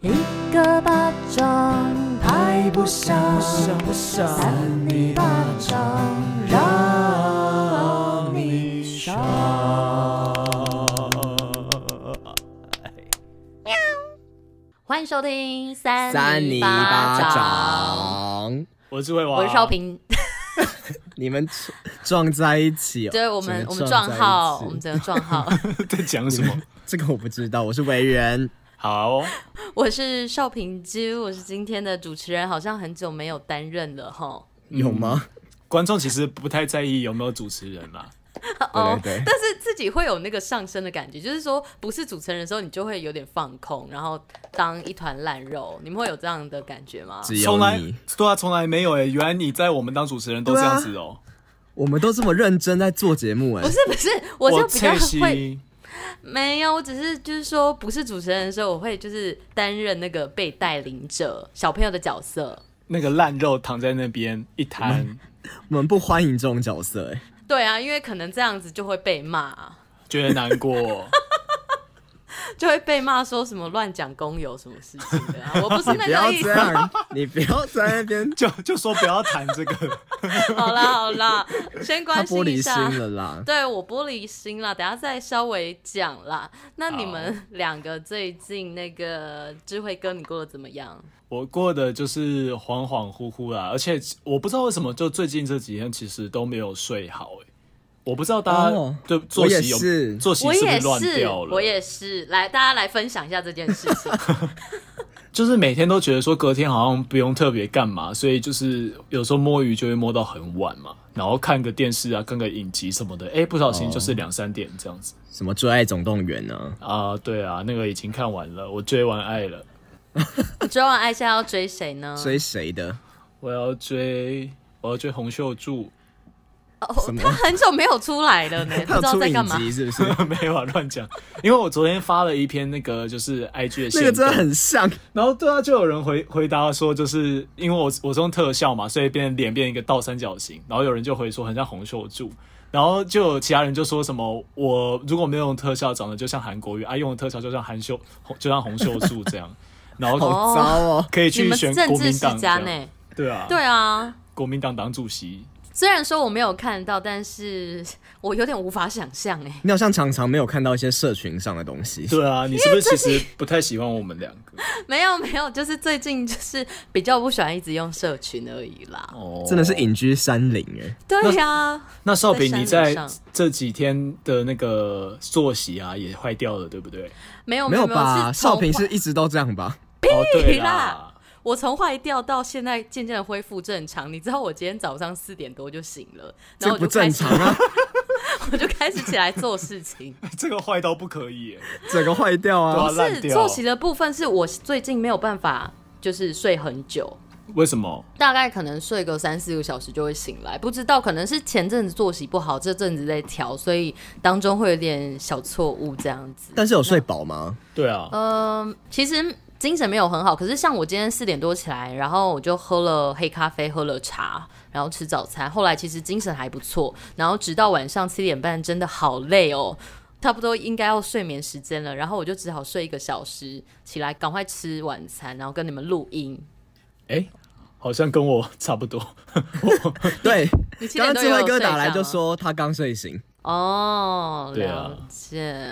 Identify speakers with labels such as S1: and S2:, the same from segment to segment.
S1: 一个巴掌拍不响，
S2: 不想
S1: 扇你巴掌让你爽。欢迎收听三
S2: 扇你巴
S1: 掌，
S2: 掌，
S3: 我是魏王，
S1: 我是少平，
S2: 你们撞在一起、哦，
S1: 对我们我
S2: 整
S1: 们
S2: 个
S1: 撞
S2: 在一
S1: 号，
S2: 起
S1: 我们整个撞号，
S3: 在讲什么？
S2: 这个我不知道，我是为人，
S3: 好、哦，
S1: 我是少平之，我是今天的主持人，好像很久没有担任了 哈。
S3: 嗯
S2: 有吗？
S3: 观众其实不太在意有没有主持人啦，
S1: 哦，
S2: 对对对
S1: 但是自己会有那个上升的感觉，就是说不是主持人的时候，你就会有点放空，然后当一团烂肉，你们会有这样的感觉吗？
S2: 只有
S3: 从来
S2: 你，
S3: 对啊，从来没有哎、原来你在我们当主持人都这样子哦、
S2: 我们都这么认真在做节目、哎，
S1: 不是不是，啊我就比较
S3: 切
S1: 会
S3: 西，
S1: 没有，我只是就是说不是主持人的时候，我会就是担任那个被带领者小朋友的角色。
S3: 那个烂肉躺在那边一
S2: 嗯
S3: 摊，
S2: 我们不欢迎这种角色、哎，
S1: 对啊，因为可能这样子就会被骂，
S3: 觉得难过。哦
S1: 就会被骂说什么乱讲工友什么事情的、啊，我不是
S2: 你
S1: 那
S2: 不要
S1: 个意
S2: 这
S1: 思。
S2: 样，你不要在那边
S3: 就就说不要谈这个，
S1: 好啦好啦，先
S2: 他
S1: 关
S2: 玻
S1: 心一
S2: 璃
S1: 下。
S2: 心了啦。
S1: 对我玻璃心啦，等下再稍微讲啦。那你们两个最近那个智慧哥，你过得怎么样？
S3: 我过的就是恍恍惚惚啦，而且我不知道为什么，就最近这几天其实都没有睡好哎、我不知道大
S2: 哦
S3: 家对作息
S2: 我也
S3: 有
S2: 是
S3: 作息
S1: 我
S3: 是不
S1: 也
S3: 是乱
S1: 是
S3: 掉，了？
S1: 我也是，来大家来分享一下这件事 情。
S3: 就是每天都觉得说隔天好像不用特别干嘛，所以就是有时候摸鱼就会摸到很晚嘛，然后看个电视啊，看个影集什么的，哎、不小心
S2: 哦
S3: 就是两三点这样子
S2: 什么《最爱总动员》呢？
S1: 嗯
S3: 啊、对啊，那个已经看完了，我追完爱了，
S1: 昨晚艾夏要追谁呢？
S2: 追谁的？
S3: 我要追，我要追洪秀柱，
S1: 哦
S2: 什，么
S1: 他很久没有出来了呢，不
S2: 他有
S1: 知道
S2: 出
S1: 在干
S2: 影
S1: 嘛。
S2: 集是不是？
S3: 没有啊，乱讲，因为我昨天发了一篇那个就是
S2: 那个
S3: IG 的线
S2: 真的
S3: 动，
S2: 很像，
S3: 然后对啊，就有人回回答说，就是因为我我是用特效嘛，所以变脸变一个倒三角形，然后有人就回说很像洪秀柱，然后就有其他人就说什么我如果没有用特效，长得就像韩国瑜，啊，用了特效就像韩秀，就像洪秀柱这样，然后
S2: 好糟哦。
S3: 可以
S1: 你
S3: 去
S1: 们
S3: 选
S1: 政
S3: 国
S1: 治
S3: 民
S1: 世
S3: 党这
S1: 家
S3: 样
S1: 呢？
S3: 对啊，
S1: 对啊，
S3: 国民党党主席，
S1: 虽然说我没有看到，但是我有点无法想象哎。
S2: 你好像常常没有看到一些社群上的东西。
S3: 对啊，你是不是其实不太喜欢我们两个？
S1: 没有没有，就是最近就是比较不喜欢一直用社群而已啦。
S3: 哦
S2: 真的是隐居山林哎、
S1: 对呀、
S3: 那少平，
S1: 在
S3: 你
S1: 山
S3: 在
S1: 顶上
S3: 这几天的那个作息啊也坏掉了，对不对？
S1: 哦没有
S2: 没有
S1: 有
S2: 吧？
S1: 是
S2: 少平
S1: 从
S2: 是一直都这样吧？
S3: 哦，对
S1: 啦
S3: 啦，
S1: 我从坏掉到现在渐渐的恢复正常。你知道我今天早上四点多就醒了，然
S2: 这
S1: 后我
S2: 不
S1: 就开
S2: 正
S1: 始
S2: 常啊！
S1: 我就开始起来做事 情。
S3: 这个坏到不可以耶。
S2: 整个坏掉
S3: 对
S2: 啊！
S3: 啊
S1: 不
S3: 烂
S1: 是
S3: 掉
S1: 作息的部分，是我最近没有办法就是睡很久。
S3: 为什么？
S1: 大概可能睡个三四个小时就会醒来，不知道可能是前阵子作息不好，这阵子在调，所以当中会有点小错误这样子。
S2: 但是有睡饱吗？
S3: 对啊，
S1: 嗯，其实精神没有很好，可是像我今天四点多起来，然后我就喝了黑咖啡，喝了茶，然后吃早餐。后来其实精神还不错，然后直到晚上七点半，真的好累哦，差不多应该要睡眠时间了，然后我就只好睡一个小时，起来赶快吃晚餐，然后跟你们录音。
S3: 哎、好像跟我差不多。
S2: 对，
S1: 你七
S2: 刚
S1: 点
S2: 刚
S1: 多
S2: 智
S1: 有
S2: 慧哥
S1: 睡
S2: 打来
S1: 觉
S2: 就
S1: 吗
S2: 说他刚睡醒，
S1: 哦，
S3: 对啊
S1: 了解。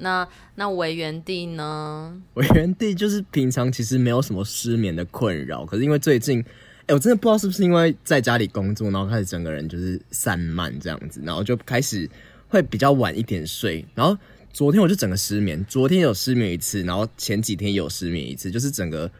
S1: 那那维园地呢？
S2: 我原地就是平常其实没有什么失眠的困扰，可是因为最近，哎、我真的不知道是不是因为在家里工作，然后开始整个人就是散漫这样子，然后就开始会比较晚一点睡，然后昨天我就整个失眠，昨天有失眠一次，然后前几天也有失眠一次，就是整个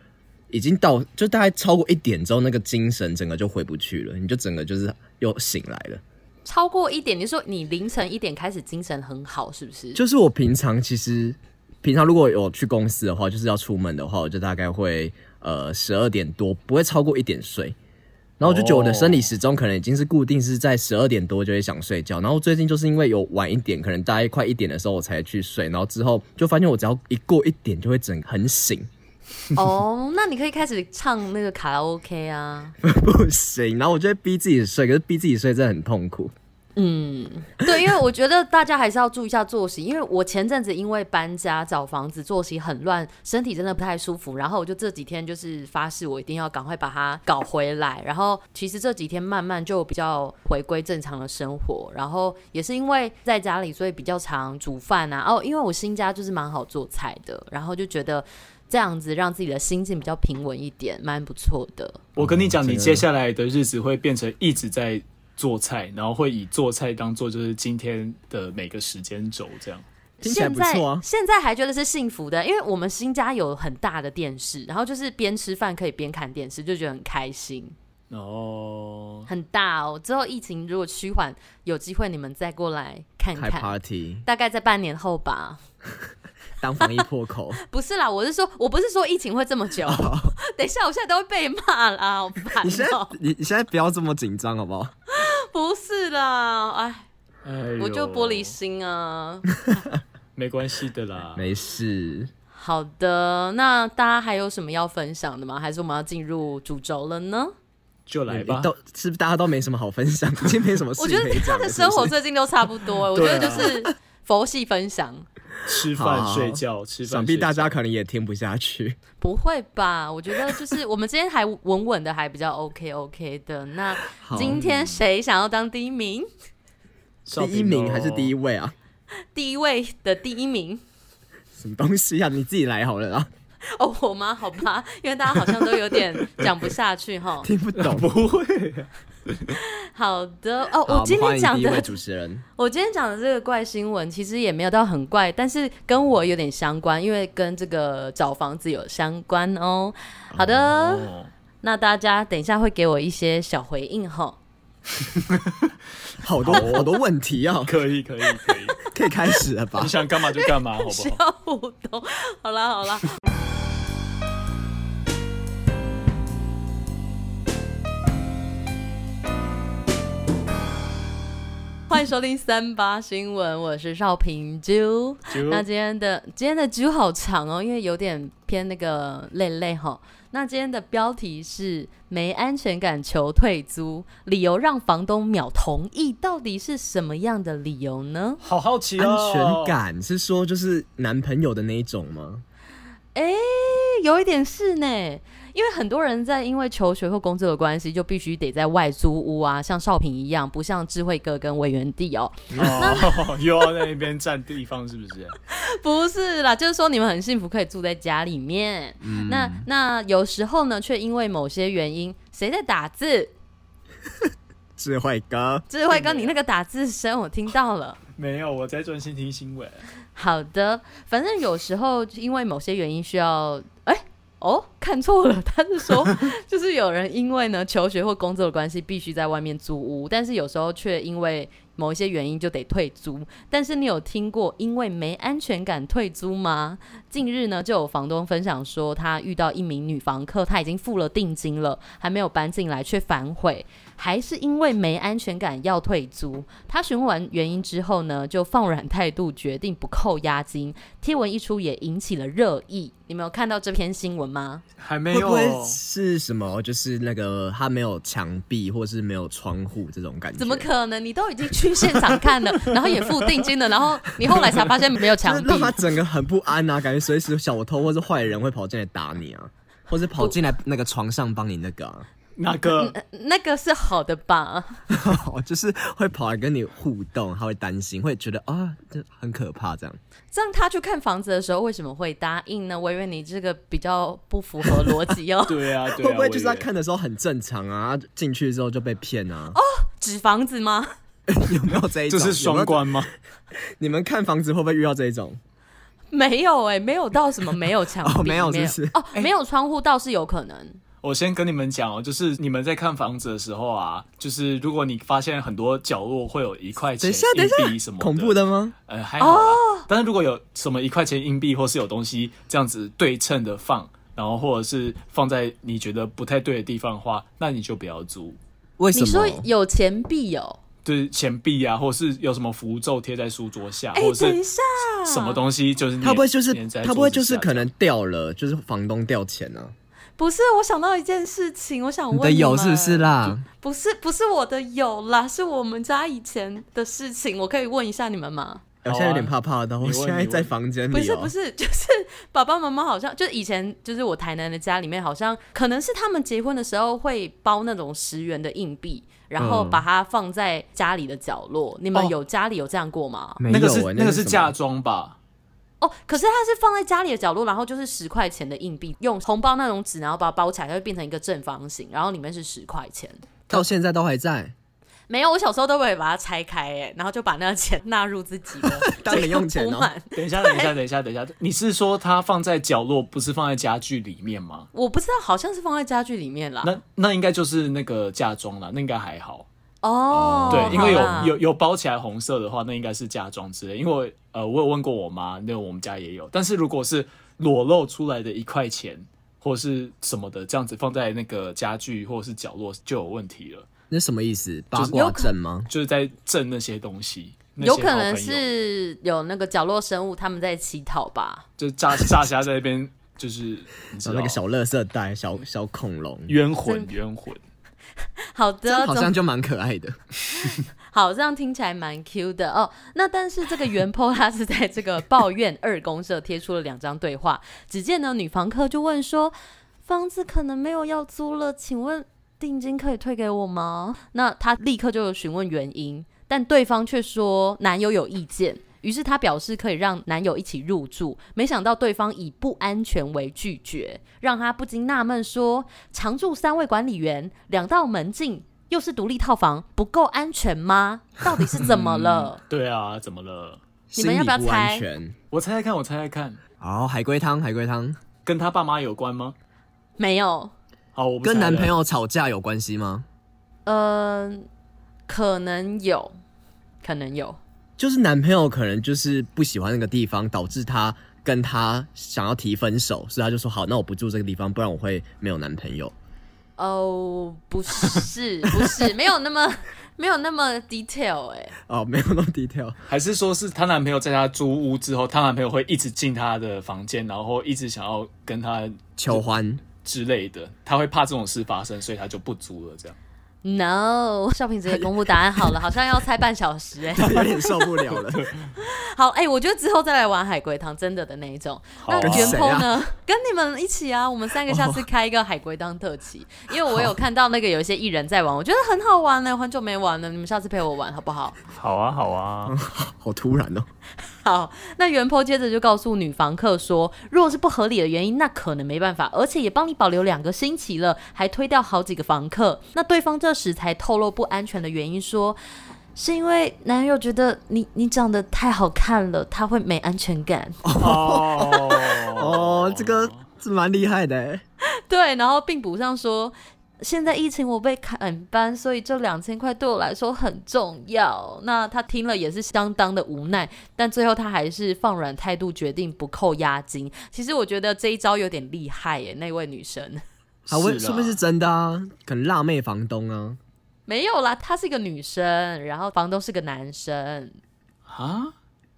S2: 已经到就大概超过一点之后，那个精神整个就回不去了，你就整个就是又醒来了。
S1: 超过一点，你说你凌晨一点开始精神很好，是不是？
S2: 就是我平常其实平常如果有去公司的话，就是要出门的话，我就大概会呃十二点多，不会超过一点睡。然后我就觉得我的生理时钟可能已经是固定是在十二点多就会想睡觉，然后最近就是因为有晚一点，可能大概快一点的时候我才去睡，然后之后就发现我只要一过一点就会整个很醒，
S1: 哦，那你可以开始唱那个卡拉 OK 啊。
S2: 不行，然后我就会逼自己睡，可是逼自己睡真的很痛苦。
S1: 对，因为我觉得大家还是要注意一下作息，因为我前阵子因为搬家找房子，作息很乱，身体真的不太舒服。然后我就这几天就是发誓，我一定要赶快把它搞回来。然后其实这几天慢慢就比较回归正常的生活。然后也是因为在家里，所以比较常煮饭啊。哦，因为我新家就是蛮好做菜的，然后就觉得这样子让自己的心境比较平稳一点，蛮不错的。
S3: 我跟你讲，
S2: 这
S3: 你
S2: 个
S3: 接下来的日子会变成一直在做菜，然后会以做菜当做就是今天的每个时间轴这样。
S2: 听起来不错啊
S1: 现在现在还觉得是幸福的，因为我们新家有很大的电视，然后就是边吃饭可以边看电视，就觉得很开心，
S3: 哦，
S1: 很大哦。之后疫情如果趋缓，有机会你们再过来看
S2: 开
S1: 看。
S2: party
S1: 大概在半年后吧，
S2: 当防疫破口，
S1: 不是啦，我是说，我不是说疫情会这么久。 等一下，我现在都会被骂啦，好烦
S2: 你现在
S1: 哦、
S2: 你你现在不要这么紧张好不好？
S1: 不是啦，哎，
S3: 哎呦
S1: 我就玻璃，心啊。
S3: 没关系的啦。
S2: 没事，
S1: 好的，那大家还有什么要分享的吗？还是我们要进入主轴了呢？
S3: 就来吧。
S2: 都嗯是不是大家都没什么好分享， 已经没什么事
S1: 我
S2: 可
S1: 觉得
S2: 以
S1: 他
S2: 讲了
S1: 的
S2: 是不
S1: 生活
S2: 是
S1: 最近都差不多，欸我觉得
S3: 对
S1: 就
S3: 啊
S1: 是佛系分享，
S3: 吃
S2: 好
S3: 饭、睡觉、吃饭。
S2: 想必大
S3: 睡觉
S2: 家可能也听不下去。
S1: 不会吧？我觉得就是我们今天还稳稳的，还比较 OK OK 的。那
S2: 好，啊
S1: 今天谁想要当第一名？
S2: 第一名还是第一？
S3: 少平哦
S2: 位啊？
S1: 第一位的第一名
S2: 什么东西啊？你自己来好了 啦，
S1: 哦，我吗？好吧，因为大家好像都有点讲不下去哈。
S2: 听不懂。
S3: 不会啊，
S1: 好的哦，
S2: 好
S1: 我今
S2: 们
S1: 天
S2: 欢迎
S1: 讲
S2: 第一位
S1: 的，
S2: 主持人，
S1: 我今天讲的这个怪新闻其实也没有到很怪，但是跟我有点相关，因为跟这个找房子有相关哦。好的。
S3: 哦
S1: 那大家等一下会给我一些小回应吼。
S2: 好多好多问题 啊，
S3: 可以可以可以，
S2: 可以开始了 吧
S3: 你？想干嘛就干嘛，好不
S1: 小
S3: 好？
S1: 互动，好啦好啦。欢迎收听三八新闻，我是邵平啾。
S3: 啾
S1: 那今天的今天的啾好长哦，因为有点偏那个累累哈。那今天的标题是“没安全感求退租，理由让房东秒同意”，到底是什么样的理由呢？
S3: 好好奇哦，
S2: 安全感是说就是男朋友的那一种吗？
S1: 哎、有一点是呢，因为很多人在因为求学或工作的关系，就必须得在外租屋啊，像少平一样，不像智慧哥跟委员弟哦，
S3: 哦，又要在那边占地方是不是？
S1: 不是啦，就是说你们很幸福，可以住在家里面。那那有时候呢，却因为某些原因，谁在打字？
S2: 智慧哥，
S1: 智慧哥，你那个打字声我听到了。
S3: 没有，我在专心听新闻。
S1: 好的，反正有时候因为某些原因需要，哎、哦，看错了，他是说， 就是有人因为呢求学或工作的关系，必须在外面租屋，但是有时候却因为某一些原因就得退租。但是你有听过因为没安全感退租吗？近日呢，就有房东分享说，他遇到一名女房客，她已经付了定金了，还没有搬进来，却反悔，还是因为没安全感要退租。他询问完原因之后呢，就放软态度，决定不扣押金。贴文一出也引起了热议。你们有看到这篇新闻吗？
S3: 还没
S2: 会
S3: 有
S2: 不会是什么？就是那个他没有墙壁或是没有窗户这种感觉？
S1: 怎么可能？你都已经去现场看 了，然后也付定金了，然后你后来才发现没有
S2: 就
S1: 墙
S2: 是
S1: 壁
S2: 让。他整个很不安啊，感觉随时小偷或是坏人会跑进来打你啊，或是跑进来那个床上帮你那个、啊，
S3: 那个。
S1: 呃那个是好的吧？
S2: 就是会跑来跟你互动，他会担心，会觉得啊，这很可怕这样。
S1: 这样他去看房子的时候为什么会答应呢？我以为你这个比较不符合逻辑哦
S3: 对啊，对啊，
S2: 会不会就是
S3: 我也
S2: 他看的时候很正常啊，进去之后就被骗啊？
S1: 纸房子吗？
S2: 有没有这一
S3: 这
S2: 种？
S3: 是
S2: 有
S3: 双
S2: 没有
S3: 关吗？
S2: 你们看房子会不会遇到这一种？
S1: 没有哎、没有到什么没有墙壁，
S2: 哦没有是不是
S1: 哦，没有窗户倒是有可能。
S3: 我先跟你们讲哦，就是你们在看房子的时候啊，就是如果你发现很多角落会有一块
S2: 等
S3: 钱
S2: 一下，等
S3: 硬
S2: 一
S3: 币什
S2: 下，
S3: 么
S2: 恐怖
S3: 的，
S2: 的哦吗？
S3: 呃，还好啦。但是如果有什么一块钱硬币，或是有东西这样子对称的放，然后或者是放在你觉得不太对的地方的话，那你就不要租。
S2: 为什
S1: 你说
S2: 么？
S1: 有钱必有。
S2: 哦
S3: 就是钱币啊，或是有什么符咒贴在书桌下，
S1: 哎、
S3: 或者
S1: 等一
S3: 是
S1: 下，
S3: 什么东西，就是
S2: 嗯他不会就是
S3: 粘在
S2: 他不会
S3: 桌
S2: 就
S3: 子
S2: 是
S3: 下
S2: 可能掉了，就是房东掉钱呢、啊？
S1: 不是，我想到一件事情，我想
S2: 你
S1: 问
S2: 的有
S1: 们
S2: 是不是？啦？
S1: 不是，不是我的有啦，是我们家以前的事情，我可以问一下你们吗？
S2: 哎我现在有点怕怕的，我
S3: 啊你问
S2: 现在
S3: 你
S2: 在
S3: 问
S2: 房间里、哦。
S1: 不是不是， 就是爸爸妈妈好像就是以前就是我台南的家里面，好像可能是他们结婚的时候会包那种十元的硬币，然后
S2: 嗯
S1: 把它放在家里的角落。你们
S3: 哦
S1: 有家里有这样过吗？
S2: 没有
S3: 啊那
S2: 欸，
S3: 个是那个
S2: 是
S3: 是
S2: 什么
S3: 嫁妆吧？
S1: 哦，可是它是放在家里的角落，然后就是十块钱的硬币，用红包那种纸，然后把它包起来，它会变成一个正方形，然后里面是十块钱。
S2: 到现在都还在，
S1: 没有，我小时候都会把它拆开，哎，然后就把那个钱纳入自己的
S2: 当零用
S1: 这
S2: 钱哦
S1: 个铺满
S3: 等一下，等一下，等一下，等一下，你是说它放在角落，不是放在家具里面吗？
S1: 我不知道，好像是放在家具里面啦。
S3: 那那应该就是那个嫁妆啦，那应该还好。
S1: 哦，
S3: 对，因为
S1: 好啦
S3: 有有有包起来红色的话，那应该是嫁妆之类。因为我呃，我有问过我妈，那我们家也有。但是如果是裸露出来的一块钱或是什么的，这样子放在那个家具或是角落就有问题了，
S2: 那什么意思？八
S3: 是
S2: 卦
S1: 有可
S2: 阵吗？
S3: 就是在震那些东西。那些
S1: 有可
S3: 好
S1: 能
S3: 朋友
S1: 是有那个角落生物他们在乞讨吧。
S3: 就是炸炸虾在那边，就是哦你知
S2: 然后
S3: 道
S2: 那个小乐色袋、小小恐龙，
S3: 冤魂冤魂。
S1: 好
S2: 这样
S1: 的，怎
S2: 好
S1: 么
S2: 像就蛮可爱的。
S1: 好，这样听起来蛮 Q 的哦。那但是这个原 po 他是在这个抱怨二公社贴出了两张对话，只见呢女房客就问说：“房子可能没有要租了，请问定金可以退给我吗？”那他立刻就询问原因，但对方却说男友有意见。于是她表示可以让男友一起入住，没想到对方以不安全为拒绝，让她不禁纳闷说：常住三位管理员，两道门禁，又是独立套房，不够安全吗？到底是怎么了？
S3: 对啊，怎么了？
S1: 你们要不要
S2: 心理
S1: 猜
S2: 安全？
S3: 我猜猜看，我猜猜看，
S2: 好，海龟汤，海龟汤
S3: 跟他爸妈有关吗？
S1: 没有，
S3: 好，我不
S2: 跟
S3: 猜了
S2: 男朋友吵架有关系吗？
S1: 嗯、可能有，可能有，
S2: 就是男朋友可能就是不喜欢那个地方，导致他跟他想要提分手，所以他就说好，那我不住这个地方，不然我会没有男朋友。
S1: 哦，不 是，不是，没有那么，没有那么 detail 哎、
S2: 哦，没有那么低调，
S3: 还是说是她男朋友在她租屋之后，她男朋友会一直进她的房间，然后一直想要跟她
S2: 求欢。
S3: 之类的，她会怕这种事发生，所以她就不租了。这样
S1: No，少平直接公布答案好了，好像要猜半小时哎、
S2: 有点受不了了，
S1: 好哎、我觉得之后再来玩海龟汤，真的的那一种。
S3: 好
S1: 那
S3: 啊
S2: 跟
S1: 袁
S2: 谁
S1: 鹏
S2: 啊哦
S1: 呢？ 跟你们一起啊，我们三个下次开一个海龟当特辑，因为我有看到那个有一些艺人在玩，我觉得很好玩呢、我很久没玩了，你们下次陪我玩好不好？
S3: 好啊，好啊，
S2: 好突然哦！
S1: 好，那袁坡接着就告诉女房客说，如果是不合理的原因，那可能没办法，而且也帮你保留两个星期了，还推掉好几个房客。那对方这时才透露不安全的原因说。是因为男友觉得你你长得太好看了，他会没安全感。
S3: 哦
S2: 哦，这个是蛮厉害的欸，
S1: 对，然后并补上说，现在疫情我被砍班，所以这两千块对我来说很重要。那他听了也是相当的无奈，但最后他还是放软态度，决定不扣押金。其实我觉得这一招有点厉害耶，那位女生
S2: 好，问
S3: 是啦
S2: 说不定是真的啊？可能辣妹房东啊，
S1: 没有啦，她是一个女生，然后房东是个男生
S3: 啊？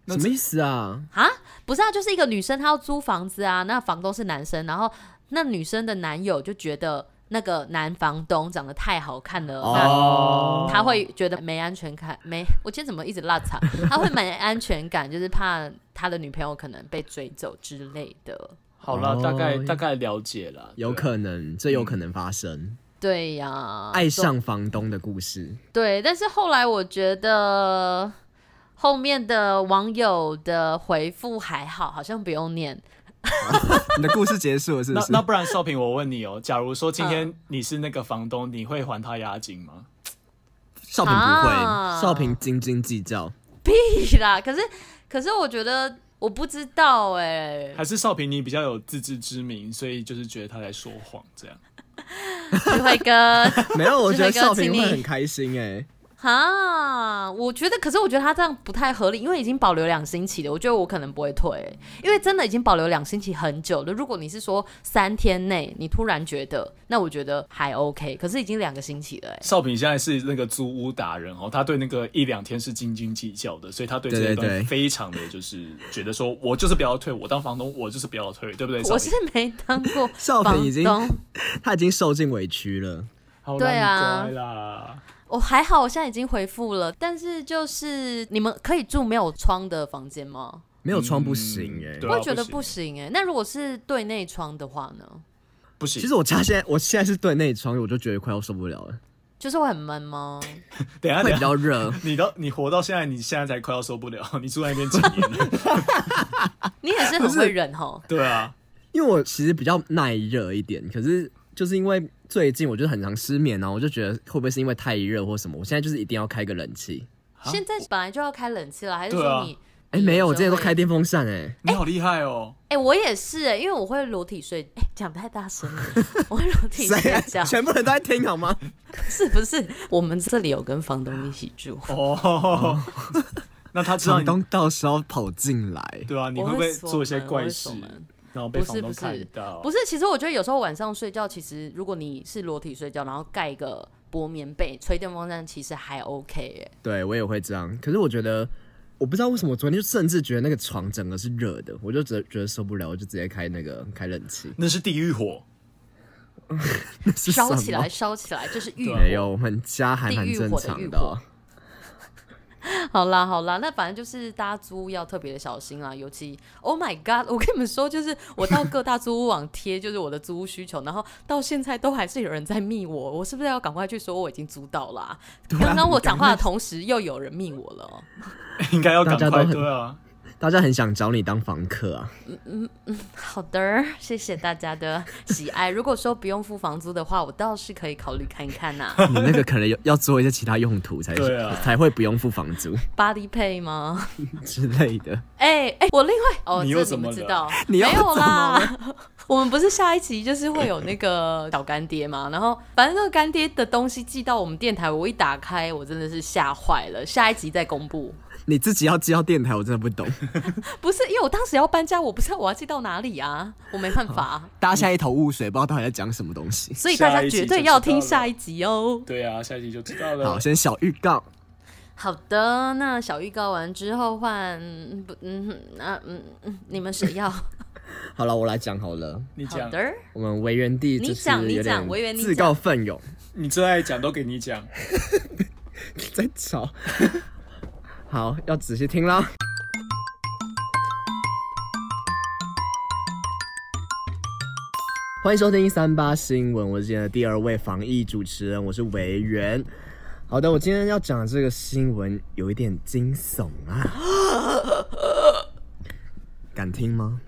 S3: 那
S2: 什么意思啊？
S1: 啊，不是啊，就是一个女生，她要租房子啊，那房东是男生，然后那女生的男友就觉得。那个男房东长得太好看了，那
S2: 哦，
S1: 他会觉得没安全感，没我今天怎么一直落场？他会没安全感，就是怕他的女朋友可能被追走之类的。
S3: 好了，
S2: 哦
S3: 大概大概了解了，
S2: 有
S3: 对
S2: 可能，这有可能发生
S1: 对呀、
S2: 爱上房东的故事。
S1: 对，但是后来我觉得后面的网友的回复还好，好像不用念。
S2: 你的故事结束了是不
S3: 那
S2: 是？嗯
S3: 那不然少平，我问你 哦，假如说今天你是那个房东，你会还他押金吗？
S2: 少平不
S1: 啊
S2: 会，少平斤斤计较。
S1: 屁啦，可是可是我觉得我不知道哎、
S3: 还是少平你比较有自知之明，所以就是觉得他在说谎这样？
S1: 智慧哥，
S2: 没有，我觉得
S1: 志飞哥
S2: 少平
S1: 请
S2: 会
S1: 你
S2: 很开心哎、
S1: 哈，我觉得，可是我觉得他这样不太合理，因为已经保留两星期了，我觉得我可能不会退，欸因为真的已经保留两星期很久了。如果你是说三天内你突然觉得，那我觉得还 OK，可是已经两个星期了、欸，
S3: 少平现在是那个租屋达人哦，他对那个一两天是斤斤计较的，所以他对这一
S2: 对对
S3: 段
S2: 对
S3: 非常的就是觉得说，我就是不要退，我当房东我就是不要退，对不对？
S1: 我
S3: 少
S1: 是
S3: 平
S1: 没当过
S2: 少平已经
S1: 房东
S2: 他已经受尽委屈了。
S3: 好
S1: 对啊
S3: 难怪啦，
S1: 我、还好，我现在已经回复了，但是就是你们可以住没有窗的房间吗？
S2: 没有窗不行哎、
S3: 对啊
S1: 我也觉得
S3: 不
S1: 不行哎、那如果是对内窗的话呢？
S3: 不行
S2: 其。实我家现在我现在是对内窗，我就觉得快要受不了了，
S1: 就是会很闷 吗？
S3: 等一下
S2: 会
S3: 等
S2: 比
S3: 一下，
S2: 较热。
S3: 你到你活到现在，你现在才快要受不了，你住在那边几年？
S1: 你也是很会忍吼。
S3: 对啊，
S2: 因为我其实比较耐热一点，可是就是因为最近我就是很常失眠然后我就觉得会不会是因为太热或什么？我现在就是一定要开个冷气。
S3: 啊
S1: 现在本来就要开冷气了，还是
S3: 对
S1: 说
S3: 啊
S1: 你？
S2: 哎、
S1: 你
S2: 没有，
S1: 就
S2: 我之前都
S1: 会
S2: 开电风扇哎、
S3: 你好厉害哦！
S1: 哎、我也是哎、因为我会裸体睡，哎、讲太大声 了，我会裸体
S2: 谁
S1: 睡
S2: 啊
S1: 觉，
S2: 全部人都在听好吗？
S1: 是不是？我们这里有跟房东一起住，
S3: 哦，那他知道
S2: 房
S3: 你
S2: 东到时候跑进来，
S3: 对啊，你
S1: 我
S3: 会不
S1: 会
S3: 会
S1: 锁
S3: 做一些
S1: 门我
S3: 怪
S1: 会
S3: 事
S1: 锁门，
S3: 然后被
S1: 不
S3: 房
S1: 是不
S3: 东看
S1: 是
S3: 到？
S1: 不是，其实我觉得有时候晚上睡觉，其实如果你是裸体睡觉，然后盖一个薄棉被，吹电风扇，其实还 OK 哎、
S2: 对我也会这样。可是我觉得，我不知道为什么，我昨天就甚至觉得那个床整个是热的，我就觉觉得受不了，我就直接开那个开冷气。
S3: 那是地狱火，
S2: 那是 什
S1: 烧
S2: 么
S1: 起来，烧起来，就是欲
S3: 对啊
S1: 火。
S2: 没有，我们家还蛮
S1: 地狱
S2: 正
S1: 火的
S2: 常
S1: 欲
S2: 的哦。
S1: 好啦好啦，那反正就是大家租屋要特别的小心啦，尤其 Oh my God，我跟你们说，就是我到各大租屋网贴就是我的租屋需求，然后到现在都还是有人在密我， 我是不是要赶快去说我已经租到啦、
S2: 对啊
S1: 刚刚我
S2: 你赶
S1: 讲话的同时又有人密我了哦，
S3: 应该要赶
S2: 大家
S3: 快
S2: 都很
S3: 对啊。
S2: 大家很想找你当房客啊？
S1: 好的，谢谢大家的喜爱。如果说不用付房租的话，我倒是可以考虑看看啊 呐、
S2: 你那个可能有要做一些其他用途才
S3: 对啊
S2: 才会不用付房租
S1: Body Pay 吗？
S2: 之类的。
S1: 哎、哎、我另外哦，
S3: 你
S1: 这
S3: 又
S1: 你
S3: 怎
S1: 们
S3: 么
S1: 知
S3: 了
S1: 道，
S2: 你又
S1: 没有
S2: 怎么
S1: 啦。 我们不是下一集就是会有那个小干爹嘛，然后反正那个干爹的东西寄到我们电台，我一打开，我真的是吓坏了。下一集再公布，
S2: 你自己要寄到电台，我真的不懂。
S1: 不是因为我当时要搬家，我不知道我要寄到哪里啊，我没办法，
S2: 大家现在一头雾水，不知道到底在讲什么东西。
S1: 所以大
S3: 下
S1: 家
S3: 一集
S1: 绝
S3: 就
S1: 对
S3: 知
S1: 要
S3: 道
S1: 听
S3: 了
S1: 下一集哦。
S3: 对啊，下一集就知道了
S2: 好，。先小预告。
S1: 好的，那小预告完之后换嗯不嗯那嗯嗯，你们谁要？好
S2: 好了，我来讲好了。
S3: 你讲，
S1: 的，
S2: 我们维园地
S1: 你
S2: 就是
S1: 讲你
S2: 有
S1: 讲维园
S2: 点
S1: 你
S2: 自告奋勇，
S3: 你最爱讲都给你讲。
S2: 在吵。 好，要仔细听啦。欢迎收听三八新闻，我是今天的第二位防疫主持人，我是维园。好的，我今天要讲的这个新闻有一点惊悚啊，敢听吗？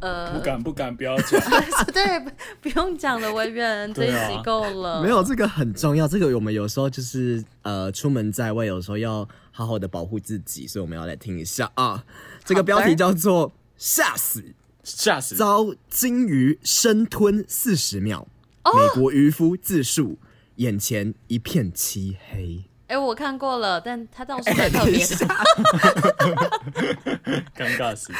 S1: 呃
S3: 不，敢不敢，不要讲。
S1: 对，不不用讲了，文远这一
S3: 对啊
S1: 集够了，
S2: 没有，这个很重要。这个我们有时候就是呃，出门在外，有时候要好好的保护自己，所以我们要来听一下啊。这个标题叫做“吓死
S3: 吓死！
S2: 遭鲸鱼生吞四十秒”，
S1: 哦
S2: 美国渔夫自述，眼前一片漆黑。
S1: 哎、我看过了，但他倒 是
S2: 哎
S1: 蛮特别的。
S3: 尴尬死！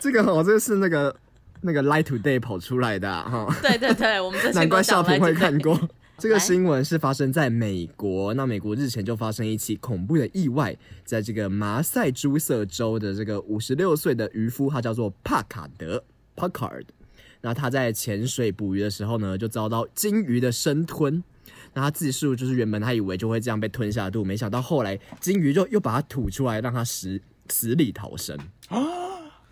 S2: 这个哦，这个是那个那个 Lie Today 跑出来的啊哈、
S1: 对对对，我们这
S2: 难
S1: 期
S2: 怪
S1: 都
S2: 少
S1: 讲
S2: 平
S1: 来
S2: 会
S1: 这
S2: 看
S1: 个。
S2: 过。 这个
S1: 来
S2: 新闻是发生在美国，那美国日前就发生一起恐怖的意外，在这个马赛诸塞州的这个五十六岁的渔夫，他叫做帕卡德 （Packard）。那他在潜水捕鱼的时候呢，就遭到鲸鱼的生吞。那他自述就是原本他以为就会这样被吞下肚，没想到后来鲸鱼就又把它吐出来，让他死死里逃生。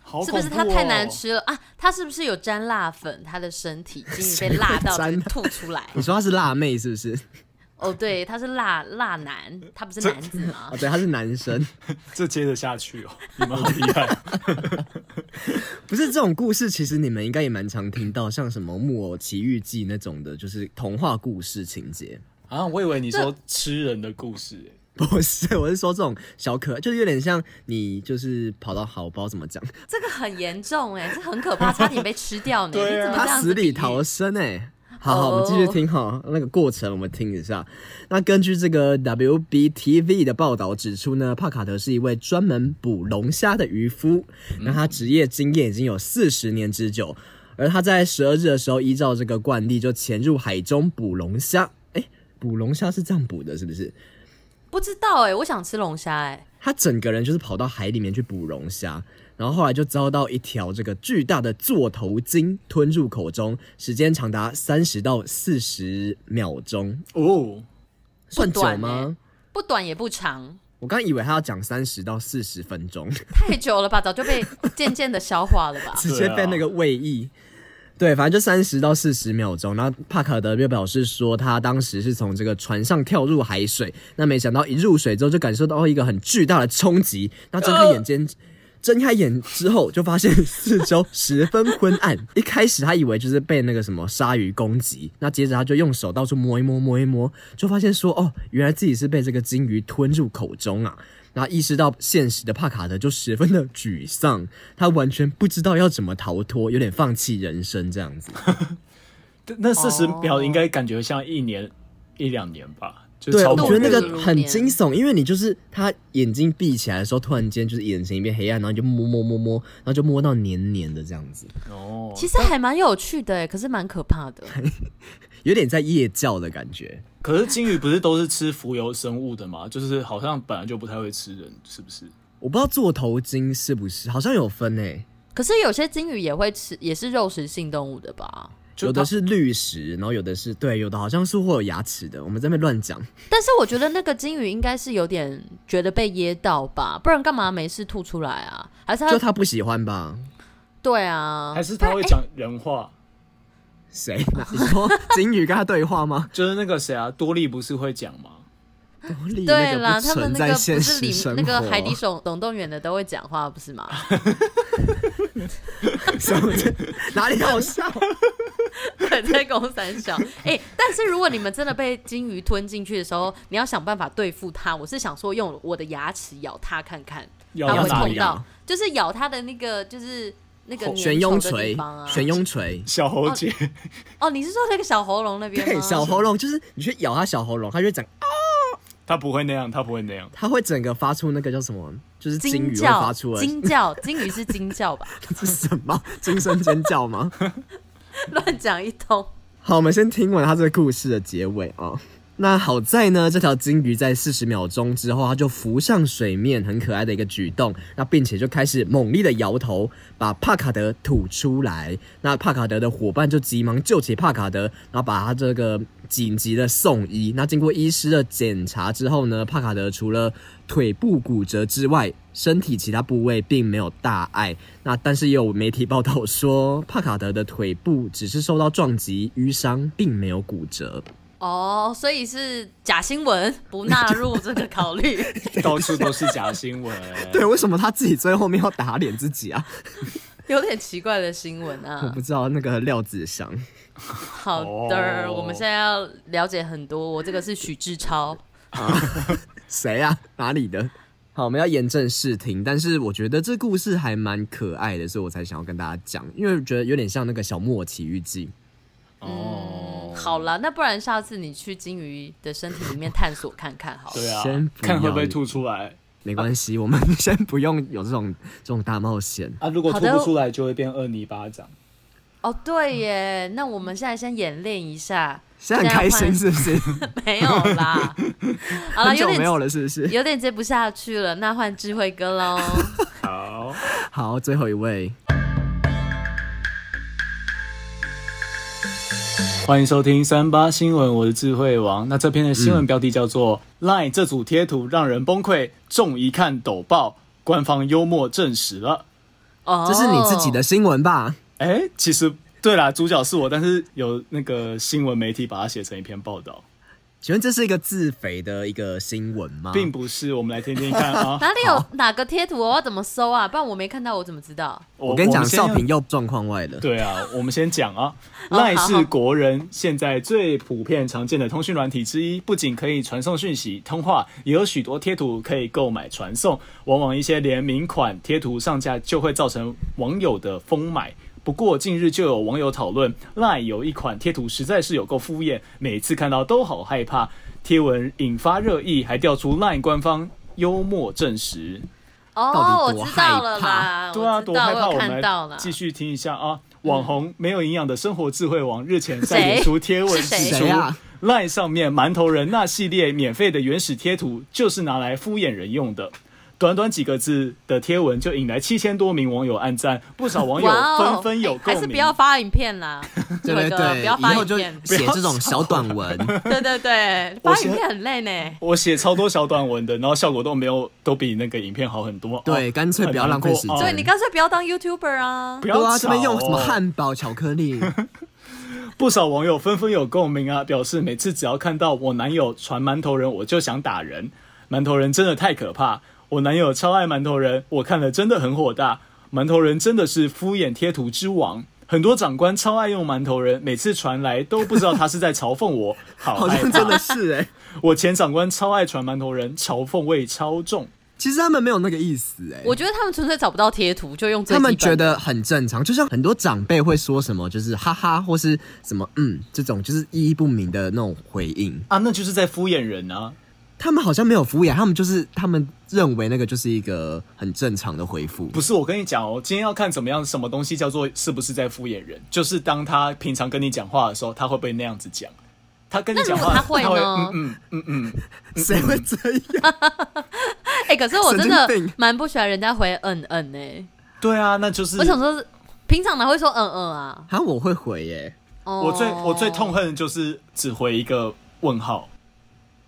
S3: 好
S1: 是不是
S3: 恐
S1: 他
S3: 怖
S1: 太
S3: 哦
S1: 难？吃了啊？他是不是有沾辣粉？他的身体竟然 被辣到就
S2: 谁会沾
S1: 吐出来。
S2: 你说他是辣妹是不是？
S1: 哦，对，他是辣辣男，他不是男子吗
S2: 哦，？对，他是男生。
S3: 这接得下去哦，你们好厉 害！
S2: 不是这种故事，其实你们应该也蛮常听到，像什么《木偶奇遇记》那种的，就是童话故事情节。
S3: 啊，我以为你说吃人的故事，
S2: 不是，我是说这种小可爱，就是有点像你就是跑到好，我不知道怎么讲，
S1: 这个很严重哎、这很可怕，差点被吃掉呢。
S3: 对
S1: 你怎
S3: 啊
S1: 么这
S2: 他
S1: 样
S2: 死
S1: 子比
S2: 里
S1: 喻哦
S2: 逃生哎、好好，我们继续听哈，那个过程我们听一下。那根据这个 WBTV 的报道指出呢，帕卡特是一位专门捕龙虾的渔夫，那他职业经验已经有四十年之久。而他在十二日的时候，依照这个惯例，就潜入海中捕龙虾。哎，捕龙虾是这样捕的，是不是？
S1: 不知道哎、我想吃龙虾哎，
S2: 他整个人就是跑到海里面去捕龙虾，然后后来就遭到一条这个巨大的座头鲸吞入口中，时间长达三十到四十秒钟，
S3: 哦，
S2: 算久
S1: 短
S2: 吗？
S1: 不短也不长，
S2: 我刚以为他要讲三十到四十分钟，
S1: 太久了吧，早就被渐渐的消化了 吧。
S2: 直接被那个胃意。对，反正就三十到四十秒钟。然后帕卡德就表示说，他当时是从这个船上跳入海水，那没想到一入水之后就感受到一个很巨大的冲击。那睁开眼睛，睁开眼之后就发现四周 十分昏暗。一开始他以为就是被那个什么鲨鱼攻击，那接着他就用手到处摸一摸，摸一摸，就发现说，哦，原来自己是被这个鲸鱼吞入口中啊。然后意识到现实的帕卡德就十分的沮丧，他完全不知道要怎么逃脱，有点放弃人生这样子。
S3: 那四十
S1: 哦
S3: 秒应该感觉像一年一两年吧，就
S2: 对，
S3: 超
S2: 我
S3: 过
S2: 觉得
S1: 度日
S2: 那个很
S1: 如年
S2: 惊悚，因为你就是他眼睛闭起来的时候，突然间就是眼前一片黑暗，然后你就摸摸摸摸，然后就摸到黏黏的这样子，
S3: 哦，
S1: 其实还蛮有趣的哎，可是蛮可怕的。
S2: 有点在夜教的感觉。
S3: 可是鲸鱼不是都是吃浮游生物的吗？就是好像本来就不太会吃人，是不是？
S2: 我不知道座头鲸是不是，好像有分诶、欸
S1: 可是有些鲸鱼也会吃，也是肉食性动物的吧？
S3: 就
S2: 有的
S3: 它
S2: 是绿食，然后有的是对，有的好像是会有牙齿的。我们在那边乱讲，
S1: 但是我觉得那个鲸鱼应该是有点觉得被噎到吧，不然干嘛没事吐出来啊？还是
S2: 就
S1: 它
S2: 他不喜欢吧？
S1: 对啊，
S3: 还是它会讲人话，
S2: 谁？ 你说鲸鱼跟他对话吗？
S3: 就是那个谁啊，多利不是会讲吗？
S2: 多利
S1: 对
S2: 那
S1: 啦，
S2: 个不
S1: 他们
S2: 存
S1: 那
S2: 在
S1: 个
S2: 现
S1: 不
S2: 实
S1: 是里
S2: 生活，
S1: 那个海底总总动员的都会讲话，不是吗？
S2: 什么这 哪里好笑？
S1: 对，在公三 小。哎、但是如果你们真的被鲸鱼吞进去的时候，你要想办法对付它。我是想说，用我的牙齿咬它看看，
S3: 要啊
S1: 它会
S2: 哪
S3: 哪
S1: 痛
S2: 里啊
S3: 里？
S1: 到，就是咬它的那个，就是那个
S2: 悬雍
S1: 粘稠的地
S2: 垂
S1: 方，啊。
S2: 悬雍垂。
S3: 小猴姐，
S1: 哦，你是说那个小喉咙那边
S2: 对，
S1: 吗？
S2: 小喉咙就是你去咬它小喉咙，它就会整，
S3: 它不会那样，它不会那 样。
S2: 它会整个发出那个叫什么，就是鲸
S1: 惊
S2: 鱼会
S1: 叫，
S2: 发出的，
S1: 惊叫，鲸鱼是惊叫 吧？
S2: 这是什么惊声尖叫吗？
S1: 乱讲一通。
S2: 好，我们先听完它这个故事的结尾啊、那好在呢，这条鲸鱼在四十秒钟之后，它就浮上水面，很可爱的一个举动。那并且就开始猛力的摇头，把帕卡德吐出来。那帕卡德的伙伴就急忙救起帕卡德，然后把他这个紧急的送医。那经过医师的检查之后呢，帕卡德除了腿部骨折之外，身体其他部位并没有大碍。那但是也有媒体报道说，帕卡德的腿部只是受到撞击 淤伤，并没有骨折。
S1: 哦，所以是假新闻，不纳入这个考 虑。
S3: 到处都是假新闻。
S2: 对，为什么他自己最后面要打脸自己啊？
S1: 有点奇怪的新闻
S2: 我
S1: 啊
S2: 不。知道那个廖子祥，
S1: 好的，
S3: 哦
S1: 我们现在要了解很多。我这个是许志超，
S2: 谁啊？哪里的？好，我们要严正视听，但是我觉得这故事还蛮可爱的，所以我才想要跟大家讲，因为我觉得有点像那个《小木偶奇遇记》。
S3: 哦，
S1: 嗯好啦，那不然下次你去金鱼的身体里面探索看看好了。
S3: 对啊
S2: 先，不要
S3: 看会不会吐出来
S2: 没关
S1: 哦
S2: 系，我们先不用有这种这种大冒险。
S3: 啊？如果
S1: 好
S3: 吐
S1: 的
S3: 不出来，就会变二泥巴掌。
S1: 哦，对耶，那我们现在先演练一 下。
S2: 现在很开心是不是？
S1: 没有啦， 好了，
S2: 很
S1: 有
S2: 久没
S1: 点
S2: 有了是不是？
S1: 有点接不下去了，那换智慧哥喽。
S3: 好，
S2: 好，最后一位，
S3: 欢迎收听三八新闻，我是智慧王。那这篇的新
S2: 嗯
S3: 闻标题叫做《LINE 这组贴图让人崩溃，众一看抖爆》，官方幽默证实了。
S1: 哦，
S2: 这是你自己的新闻吧？
S3: 哎，其实对啦，主角是我，但是有那个新闻媒体把它写成一篇报道，
S2: 请问这是一个自肥的一个新闻吗？
S3: 并不是。我们来听听看 啊。
S1: 哪里有哪个贴图？我要怎么搜啊？不然我没看到，我怎么知道？
S3: 我
S2: 我跟你讲，
S3: 们先要
S2: 少平又状况外了。
S3: 对啊，我们先讲啊，
S1: 哦
S3: 赖
S1: 好好
S3: 是国人现在最普遍常见的通讯软体之一，不仅可以传送讯息、通话，也有许多贴图可以购买传送。往往一些联名款贴图上架就会造成网友的疯买。不过近日就有网友讨论，LINE 有一款贴图实在是有够敷衍，每次看到都好害怕。贴文引发热议，还调出 LINE 官方幽默证实。
S1: 哦，
S2: 到
S1: 我
S2: 底多
S1: 知道了
S2: 害
S1: 啦，
S2: 怕
S1: 我
S3: 对啊，
S1: 知
S3: 多
S1: 道，
S3: 害
S1: 我
S3: 怕！
S1: 有
S3: 我
S1: 看
S3: 们
S1: 到了
S3: 来。继续听一下啊。网红没有营养的生活智慧网日前在脸书贴文
S1: 嗯谁
S3: 指
S1: 是
S3: 出
S2: 谁啊
S3: ，LINE 上面馒头人那系列免费的原始贴图就是拿来敷衍人用的。短短几个字的贴文就引来七千多名网友暗赞，不少网友
S1: 哇哦
S3: 纷纷有
S1: 还是
S3: 共鸣。
S1: 不要发影片啦，
S2: 对
S1: 伟
S2: 对
S1: 哥
S2: 对，
S1: 不要发
S2: 以后
S1: 影
S2: 就
S1: 片，
S2: 写这种小短文，
S1: 对对对，
S3: 我嗯
S1: 发影
S3: 先
S1: 片很累呢。
S3: 我写超多小短文的，然后效果都没有，都比那个影片好很多。
S2: 对
S3: 哦
S2: 干脆不要浪费时间
S3: 很难过
S1: 所
S3: 哦
S1: 以你干脆不要当 YouTuber 啊
S3: 不，要
S2: 对啊，
S3: 吵
S2: 这边用什么
S3: 哦
S2: 汉堡、巧克力，
S3: 不少网友纷纷有共鸣啊，表示每次只要看到我男友传馒头人，我就想打人。馒头人真的太可怕，我男友超爱馒头人，我看了真的很火大。馒头人真的是敷衍贴图之王，很多长官超爱用馒头人，每次传来都不知道他是在嘲讽我，好
S2: 好
S3: 害
S2: 像
S3: 怕。
S2: 真的是哎、
S3: 我前长官超爱传馒头人，嘲讽味超重。
S2: 其实他们没有那个意思哎、
S1: 我觉得他们纯粹找不到贴图，就用最
S2: 他们
S1: 基本
S2: 觉
S1: 的
S2: 得很正常，就像很多长辈会说什么，就是哈哈，或是什么嗯，这种就是意义不明的那种回应。
S3: 啊，那就是在敷衍人啊！
S2: 他们好像没有敷衍，他们就是他们认为那个就是一个很正常的回复。
S3: 不是，我跟你讲哦，今天要看怎么样，什么东西叫做是不是在敷衍人，就是当他平常跟你讲话的时候，他会不会那样子讲？他跟你讲话，
S1: 那如果他会呢
S3: 嗯嗯嗯嗯，
S2: 谁会这 样？
S1: 哎、可是我真
S2: 神经
S1: 的
S2: 病
S1: 蛮不喜欢人家回嗯嗯呢、
S3: 对啊，那就是
S1: 我想说，平常哪会说嗯嗯啊？
S2: 啊，我会回耶、
S1: 哦、
S3: 我最我最痛恨的就是只回一个问号，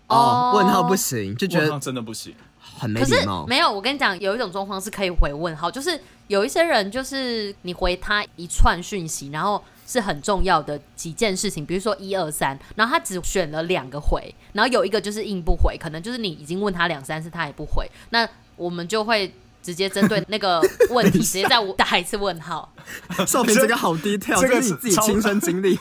S2: 哦，问号不。行，就觉
S3: 问号
S2: 得
S3: 真的不行。
S2: 很没
S1: 可是
S2: 礼貌。
S1: 没有，我跟你讲，有一种状况是可以回问号，就是有一些人，就是你回他一串讯息，然后是很重要的几件事情，比如说一二三，然后他只选了两个回，然后有一个就是硬不回，可能就是你已经问他两三次，他也不回，那我们就会直接针对那个问题，
S2: 等一
S1: 直
S2: 下
S1: 接再打一次问号。
S2: 少平这个好低调，
S3: 这
S2: 这
S3: 个
S2: 个
S3: 是
S2: 你自己亲身经历。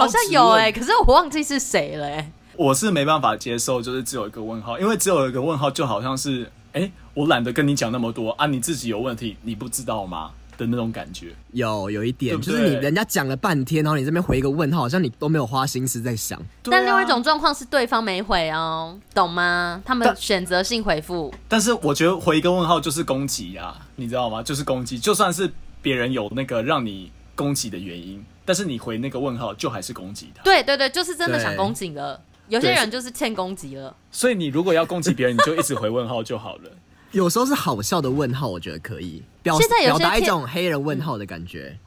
S1: 好像有哎、
S3: 哎、
S1: 可是我忘记是谁了哎、
S3: 我是没办法接受，就是只有一个问号，因为只有一个问号就好像是，哎、我懒得跟你讲那么多啊，你自己有问题，你不知道吗？的那种感觉。
S2: 有有一点，
S3: 对不
S2: 就
S3: 对
S2: 是你人家讲了半天，然后你这边回一个问号，好像你都没有花心思在想。
S3: 对
S1: 但另外
S3: 啊
S1: 一种状况是对方没回哦，懂吗？他们
S3: 但
S1: 选择性回复，
S3: 但是我觉得回一个问号就是攻击啊，你知道吗？就是攻击，就算是别人有那个让你攻击的原因，但是你回那个问号就还是攻击他。
S1: 对对对，就是真的
S2: 对
S1: 想攻击了。有些
S3: 对
S1: 人就是欠攻击了，
S3: 所以你如果要攻击别人，你就一直回问号就好了。
S2: 有时候是好笑的问号，我觉得可以表
S1: 现在有些
S2: 表达一
S1: 贴
S2: 种黑人问号的感觉。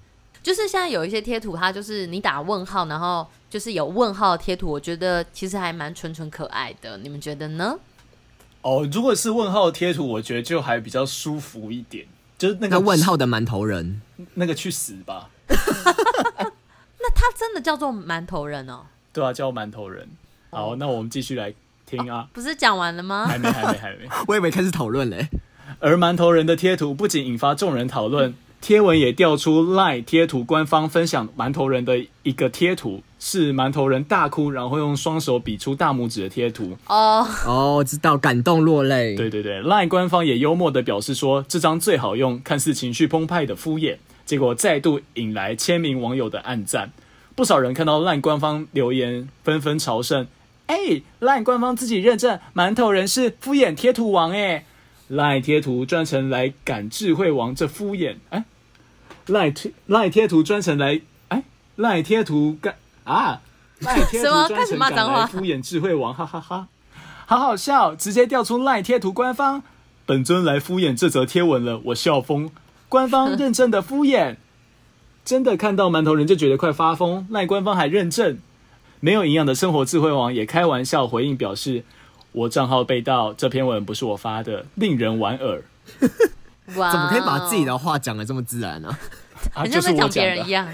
S1: 就是现在有一些贴图，它就是你打问号，然后就是有问号的贴图，我觉得其实还蛮纯纯可爱的，你们觉得呢？
S3: 哦，如果是问号贴图，我觉得就还比较舒服一点，就是那
S2: 那
S3: 个
S2: 问号的馒头人，
S3: 那个去死吧，
S1: 那它真的叫做馒头人哦，
S3: 对啊，叫馒头人。好，那我们继续来听啊，
S1: 不是讲完了吗？
S3: 还没，还没，还没。
S2: 我以为开始讨论嘞。
S3: 而馒头人的贴图不仅引发众人讨论，贴文也调出 LINE 贴图官方分享馒头人的一个贴图，是馒头人大哭，然后用双手比出大拇指的贴图。
S1: 哦，
S2: 哦，知道，感动落泪。
S3: 对对对，LINE 官方也幽默地表示说，这张最好用，看似情绪澎湃的敷衍，结果再度引来千名网友的暗赞。不少人看到 LINE 官方留言，纷纷朝圣。哎、l i n e 官方自己认证，馒头人是敷衍贴图王哎、赖 LINE 贴图专程来赶智慧王这敷衍哎、赖 LINE 贴 LINE 贴图专程来哎、赖 LINE 贴图干啊，赖贴图
S1: 什么
S3: 专
S1: 开始
S3: 程
S1: 骂
S3: 赶
S1: 脏话
S3: 来敷衍智慧王，哈哈哈，好好笑，直接调出赖贴图官方，本尊来敷衍这则贴文了，我笑疯，官方认证的敷衍， 真的看到馒头人就觉得快发疯，赖官方还认证，没有营养的生活智慧王也开玩笑回应表示，我账号被盗，这篇文不是我发的，令人莞尔。
S1: 哇，哦
S2: 怎么可以把自己的话讲的这么自然呢、
S3: 啊，
S1: 很
S3: 就
S1: 像
S3: 是
S1: 在
S3: 我
S1: 讲
S3: 讲
S1: 别人一
S3: 的。
S1: 样？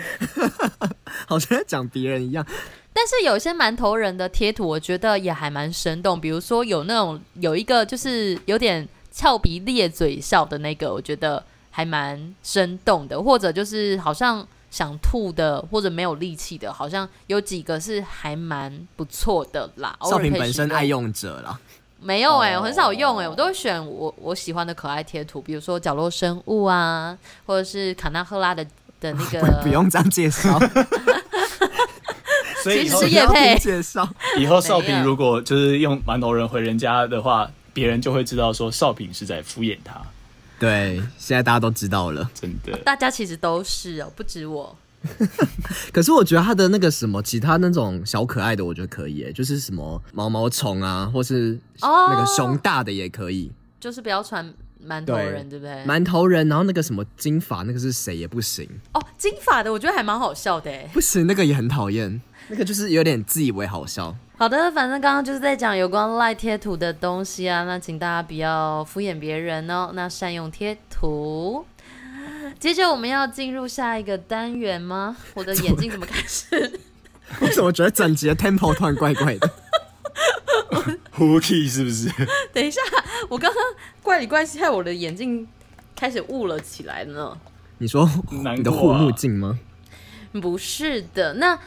S2: 好像在讲别人一样。
S1: 但是有些馒头人的贴图，我觉得也还蛮生动。比如说有那种有一个就是有点翘鼻咧嘴笑的那个，我觉得还蛮生动的。或者就是好像想吐的，或者没有力气的，好像有几个是还蛮不错的啦。偶
S2: 少
S1: 尔可以
S2: 平本身
S1: 使用
S2: 爱用者啦，
S1: 没有哎、
S3: 哦
S1: 我很少用哎、我都会选我我喜欢的可爱贴图，比如说角落生物啊，或者是卡纳赫拉的的那个
S2: 不用这样介 绍，
S3: 所以以
S1: 其
S3: 后
S1: 实
S2: 不
S1: 业
S2: 要
S1: 配
S2: 听介绍。
S3: 以后少
S1: 没
S3: 平
S1: 有
S3: 如果就是用馒头人回人家的话，别人就会知道说少平是在敷衍他，
S2: 对，现在大家都知道了。
S3: 真的。
S1: 大家其实都是哦，不止我。
S2: 可是我觉得他的那个什么，其他那种小可爱的，我觉得可以耶，就是什么毛毛虫啊，或是
S1: 哦
S2: 那个熊大的也可以。
S1: 就是不要传馒头人，对不对？
S2: 馒头人，然后那个什么金发，那个是谁也不行，
S1: 哦，金发的我觉得还蛮好笑的欸诶。
S2: 不行，那个也很讨厌，那个就是有点自以为好笑。
S1: 好的，反正刚刚就是在讲有关赖贴图的东西啊，那请大家不要敷衍别人哦，那善用贴图。接着我们要进入下一个单元吗？我的眼睛怎么开始？
S2: 为什么觉得整集的 tempo 突然怪怪 的？
S3: Hooky 是不是？
S1: 等一下，我刚刚怪里怪气，害我的眼睛开始雾了起来呢。
S2: 你说
S3: 难过啊
S2: 你的护目镜吗？
S1: 不是的，那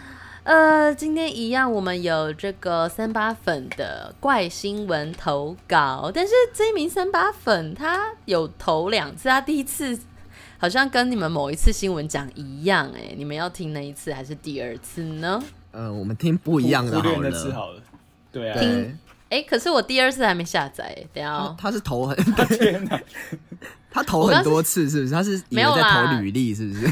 S1: 呃，今天一样，我们有这个三八粉的怪新闻投稿，但是这名三八粉他有投两次，他啊第一次好像跟你们某一次新闻讲一样、哎，你们要听那一次还是第二次呢？
S2: 呃，我们听不一样的
S3: 忽略
S2: 好
S3: 那次
S2: 了。
S3: 好了。对啊，
S2: 对，
S1: 哎、可是我第二次还没下载、哎等一下
S2: 他
S1: 哦。
S2: 他是投很，
S3: 天哪！
S2: 他投很多次，是不是？他是以
S1: 没
S2: 为
S1: 有
S2: 在
S1: 啦
S2: 投履历，是不是？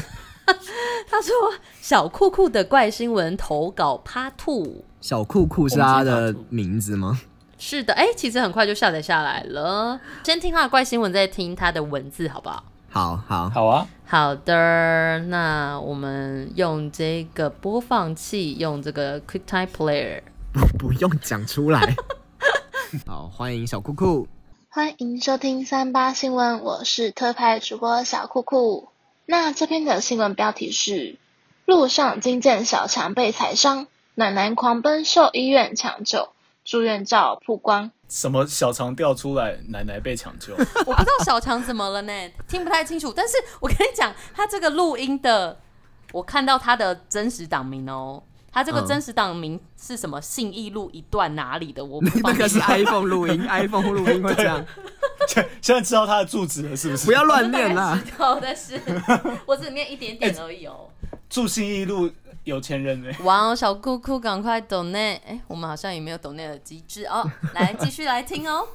S1: 他说小酷酷的怪新闻投稿趴兔。
S2: 小酷酷是他的名字吗？
S1: 是的，哎、其实很快就下载下来了。先听他的怪新闻，再听他的文字，好不好？
S2: 好好，
S3: 好啊，
S1: 好的，那我们用这个播放器，用这个 QuickTime Player。
S2: 不用讲出 来。好，欢迎小酷酷。
S4: 欢迎收听三八新闻，我是特派主播小酷酷。那这篇的新闻标题是：路上惊见小强被踩伤，奶奶狂奔兽医院抢救，住院照曝光。
S3: 什么小肠掉出来，奶奶被抢 救，
S1: 我不知道小强怎么了呢， 听不太清楚。但是我跟你讲，他这个录音的，我看到他的真实档名哦。他这个
S2: 嗯
S1: 真实档名是什么？信义路一段哪里的？我不
S2: 那
S1: 放
S2: 个是
S1: 心
S2: iPhone 录 音，iPhone 录音会这样，
S3: 现现在知道他的住址了是不是？
S2: 不要乱念啦。
S1: 好的是，我只念一点点而已哦。
S3: 住信义路有钱人呢、
S1: 哇哦，小酷酷，赶快 donate！哎、我们好像也没有 donate 的机制哦。来，继续来听哦。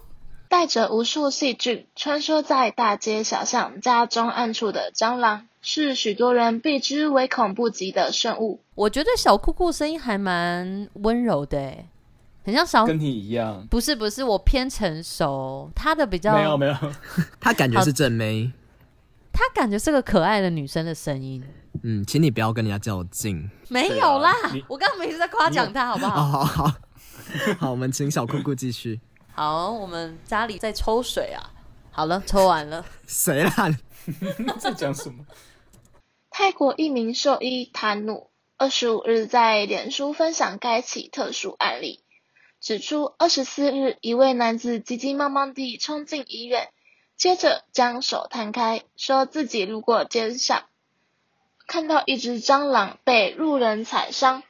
S4: 带着无数细菌穿梭在大街小巷、家中暗处的蟑螂，是许多人避之唯恐不及的圣物。
S1: 我觉得小酷酷声音还蛮温柔的欸，很像小，
S3: 跟你一样。
S1: 不是不是，我偏成熟，她的比较
S3: 没有没有，
S2: 他感觉是正妹，
S1: 她感觉是个可爱的女生的声音，
S2: 嗯，请你不要跟人家较劲。
S1: 没有啦，
S3: 啊你
S1: 我刚刚没是在夸奖她，好不
S2: 哦，
S1: 好？
S2: 好好 好，我们请小酷酷继续。
S1: 好，我们家里在抽水啊，好了，抽完了，
S2: 谁啦？
S3: 在讲什么？
S4: 泰国一名兽医谭努二十五日在脸书分享该起特殊案例，指出二十四日一位男子急急忙忙地冲进医院，接着将手摊开，说自己路过街上，看到一只蟑螂被路人踩伤，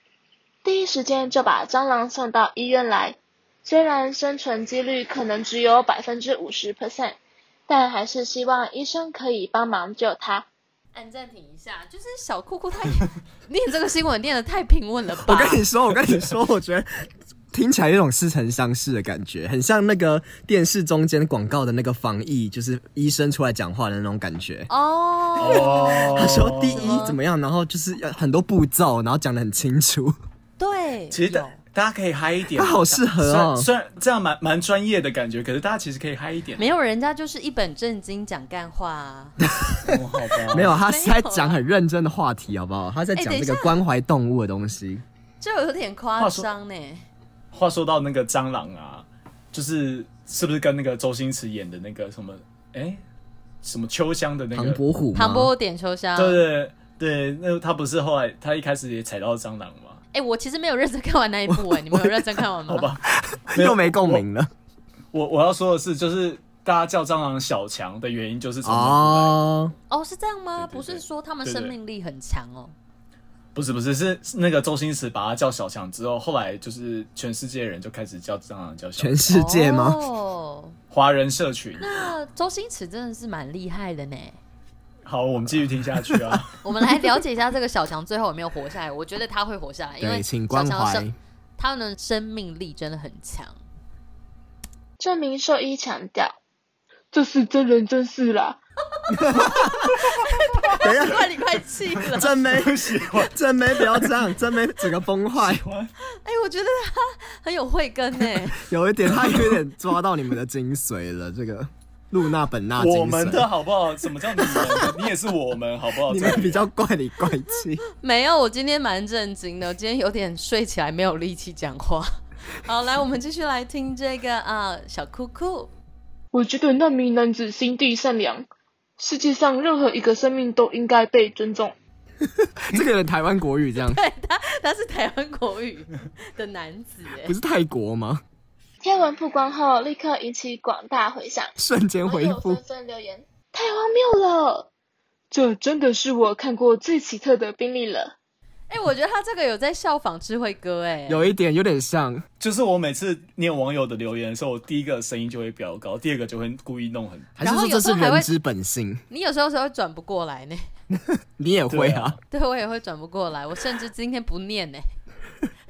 S4: 第一时间就把蟑螂送到医院来。虽然生存几率可能只有百分之五十 percent，但还是希望医生可以帮忙救他。
S1: 按暂停一下，就是小酷 酷她也念这个新闻念的太平稳了吧？
S2: 我跟你说，我跟你说，我觉得听起来有种似曾相识的感觉，很像那个电视中间广告的那个防疫，就是医生出来讲话的那种感觉。
S1: 哦。
S3: 哦，
S2: 他说第
S1: 么
S2: 一怎么样，然后就是要很多步骤，然后讲的很清 楚。
S1: 对，
S3: 其实大
S1: 有
S3: 大家可以嗨一点，
S2: 他好适合哦
S3: 虽然虽然这样蛮蛮专业的感觉，可是大家其实可以嗨一点。
S1: 没有人家就是一本正经讲干话啊。
S3: 哦好吧，
S2: 没有，他
S1: 没有
S2: 是在讲很认真的话题，好不好？他在讲
S1: 哎等一
S2: 这
S1: 下
S2: 个关怀动物的东西。
S1: 就有点夸
S3: 话说嗯
S1: 张呢。
S3: 话说到那个蟑螂啊，就是是不是跟那个周星驰演的那个什么，哎、什么秋香的那
S2: 唐
S3: 个，
S2: 伯虎吗，
S1: 唐伯虎点秋香，
S3: 对对对，那他不是后来他一开始也踩到蟑螂吗？
S1: 哎、我其实没有认真看完那一部哎、你们有认真看完吗？
S3: 好吧，
S2: 又没共鸣了。
S3: 我我要说的是，就是大家叫蟑螂小强的原因，就是从那里来
S2: 哦，
S1: 哦，是这样吗？
S3: 对对对
S1: 不是说他们
S3: 对对
S1: 生命力很强哦。
S3: 不是不是是是那个周星驰把它叫小强之后，后来就是全世界人就开始叫蟑螂叫小强
S2: 全，世界吗？
S1: 哦，
S3: 华人社群。
S1: 那周星驰真的是蛮厉害的呢。
S3: 好，我们继续听下去 啊。
S1: 我们来了解一下这个小强最后有没有活下来。我觉得他会活下来，因为
S2: 对，请
S1: 小
S2: 关
S1: 强的生
S2: 怀。
S1: 他的生命力真的很强。
S4: 这名兽医强调，这是真人真事啦，
S2: 等一下，
S1: 怪你快气了。
S2: 真没
S3: 不喜欢，
S2: 真没不要这样，真没整个崩坏，
S1: 哎、我觉得他很有慧根呢、
S2: 有一点他有一点抓到你们的精髓了。这个露娜本娜精髓，
S3: 我们的好不好？什么叫你们的？你也是我们好 不好？
S2: 你们比较怪里怪 气。
S1: 没有，我今天蛮震惊的，我今天有点睡起来没有力气讲话。好，来，我们继续来听这个啊、小酷酷。
S4: 我觉得那名男子心地善良，世界上任何一个生命都应该被尊重。
S2: 这个人台湾国语这样，
S1: 他是台湾国语的男子哎、
S2: 不是泰国吗？
S4: 贴文曝光后，立刻引起广大回响，
S2: 瞬间
S4: 网
S2: 回
S4: 友纷
S2: 复，
S4: 纷留言：“太荒谬了，这真的是我看过最奇特的病例了。
S1: 哎、我觉得他这个有在效仿智慧哥哎、
S2: 有一点有点像，
S3: 就是我每次念网友的留言的时候，我第一个声音就会飙高，第二个就会故意弄很
S2: 还是说这是人之本性？
S1: 你有时候时候转不过来呢，
S2: 你也会
S3: 对
S2: 啊
S3: 啊？
S1: 对我也会转不过来，我甚至今天不念呢、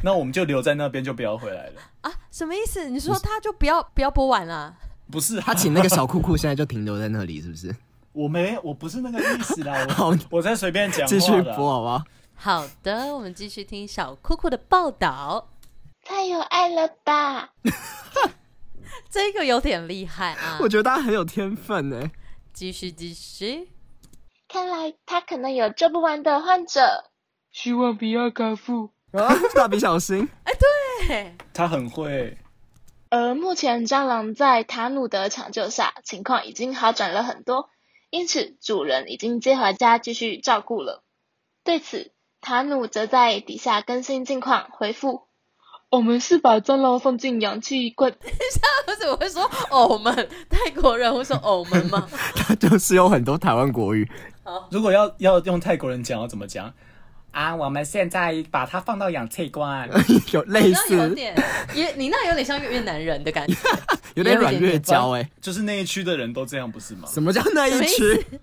S3: 那我们就留在那边，就不要回来了。
S1: 啊，什么意思？你说他就不要不要播完啦？
S3: 不是
S2: 他
S3: 啊，
S2: 请那个小酷酷现在就停留在那里，是不 是？
S3: 我没，我不是那个意 思啦。
S2: 好
S3: 我我在随便讲
S2: 继续
S3: 话的
S2: 播
S3: 啊。
S2: 好不好？
S1: 好的，我们继续听小酷酷的报道。”
S4: 太有爱了吧！
S1: 这个有点厉害啊！
S2: 我觉得他很有天分欸呢。
S1: 继续继续，
S4: 看来他可能有救不完的患者。希望不要高富。
S2: 啊，蜡笔小新，
S1: 嘿，
S3: 他很会，
S4: 而呃目前蟑螂在塔努的抢救下，情况已经好转了很多，因此主人已经接回家继续照顾了。对此，塔努则在底下更新近况，回复：“我们是把蟑螂放进氧气罐
S1: 为什么会说偶们？泰国人会说偶们 吗？
S2: 他就是有很多台湾国 语，
S3: 如果要要用泰国人讲，要怎么讲？啊，我们现在把它放到氧气 罐。
S2: 有
S1: 那
S2: 类
S1: 有
S2: 似，
S1: 点，也你那有点像越南人的感觉。
S2: 有点软月娇哎。
S3: 就是那一区的人都这样，不是吗？
S2: 什么叫那一
S1: 什么
S2: 区？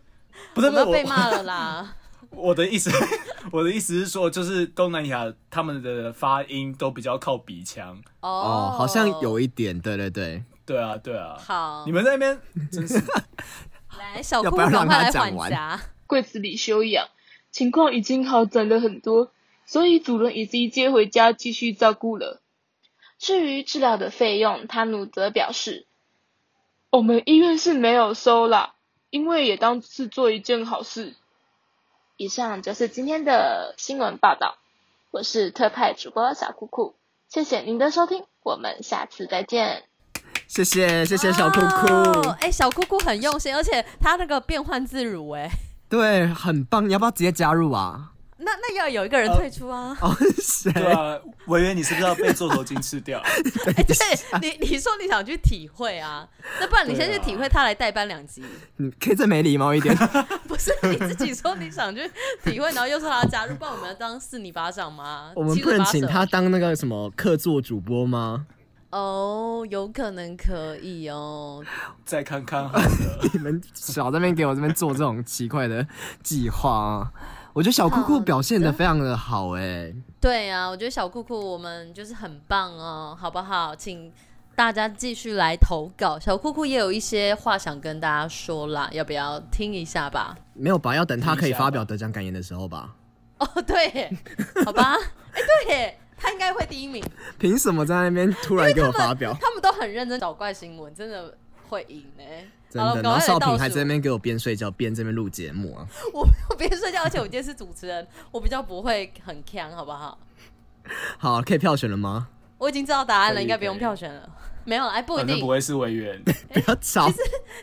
S1: 我
S3: 不是，
S1: 们要
S3: 不
S1: 被
S3: 是
S1: 骂了啦！
S3: 我我的意思， 我的意思是说，就是东南亚他们的发音都比较靠鼻腔。
S1: 哦
S2: 哦，，好像有一点，对对对，
S3: 对啊，对啊。
S1: 好
S3: 你，们在那 边真是
S1: 来小
S2: 要
S1: 酷
S2: 不要
S1: 赶
S2: 让他
S1: 快来
S2: 讲
S1: 缓
S2: 完
S1: 颊。
S4: 柜子里休养，情况已经好转了很多，所以主人已经接回家继续照顾了。至于治疗的费用，他努则表示，我们医院是没有收啦，因为也当是做一件好事。以上就是今天的新闻报道，我是特派主播小酷酷，谢谢您的收听，我们下次再见。
S2: 谢谢谢谢小酷
S1: 哦
S2: 酷，
S1: 哎，小酷酷很用心，而且他那个变换自如，哎，
S2: 对，很棒，你要不要直接加入啊？
S1: 那那要有一个人退出啊！
S2: 哦，谁？
S3: 对啊，委员，你是不是要被座头鲸吃掉？
S1: 哎，
S2: 啊
S1: 对你你说你想去体会啊，那不然你先去
S3: 对啊
S1: 体会他来代班两集。
S2: 你可以再没礼貌一点，
S1: 不是你自己说你想去体会，然后又说他加入，不然我们要当四你巴掌吗？
S2: 我们
S1: 七
S2: 不
S1: 十
S2: 能
S1: 八
S2: 请
S1: 手
S2: 他当那个什么客座主播吗？
S1: 哦，有可能可以哦。
S3: 再看 看好了。
S2: 你们少在那边给我这边做这种奇怪的计划啊！我觉得小酷酷表现的非常的好哎、
S1: 对啊，我觉得小酷酷我们就是很棒哦，好不好？请大家继续来投稿，小酷酷也有一些话想跟大家说啦，要不要听一下吧？
S2: 没有吧？要等他可以发表得奖感言的时候吧？
S1: 哦，对耶，好 吧，哎、对耶，他应该会第一名，
S2: 凭什么在那边突然给我发表？
S1: 他们都很认真找怪新闻，真的会赢哎。
S2: 真
S1: 好了，
S2: 的，然
S1: 赶
S2: 后
S1: 快
S2: 少
S1: 来倒
S2: 平还
S1: 数
S2: 在那。边给我边睡觉边这边录节目啊！
S1: 我我边睡觉，而且我今天是主持人，我比较不会很强，好不好？
S2: 好，可以票选了吗？
S1: 我已经知道答案
S3: 可
S1: 了，
S3: 以
S1: 应该不用
S3: 可以
S1: 票选了。没有啦，哎，不一
S3: 反正不
S1: 定。
S3: 会是委员，
S2: 不要吵
S1: 哎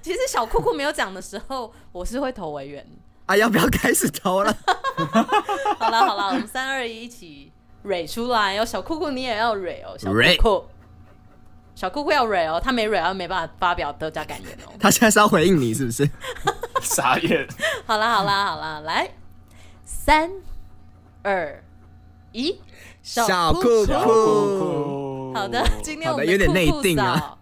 S1: 其实小酷酷没有讲的时候，我是会投委员。
S2: 啊！要不要开始投了？
S1: 好啦好啦，我们三二一一起蕊出来哦。小酷酷你也要蕊哦，小
S2: 蕊
S1: 酷酷。小酷酷要蕊哦，他没蕊，他没办法发表得奖感言哦。
S2: 他现在是要回应你是不是？
S3: 傻眼。
S1: 好啦好啦好啦，来，三二一，
S2: 小酷
S3: 小
S2: 酷
S3: 酷酷，
S1: 好的，今天我
S2: 好的
S1: 们
S2: 有点
S1: 酷酷
S2: 内定啊
S1: 嫂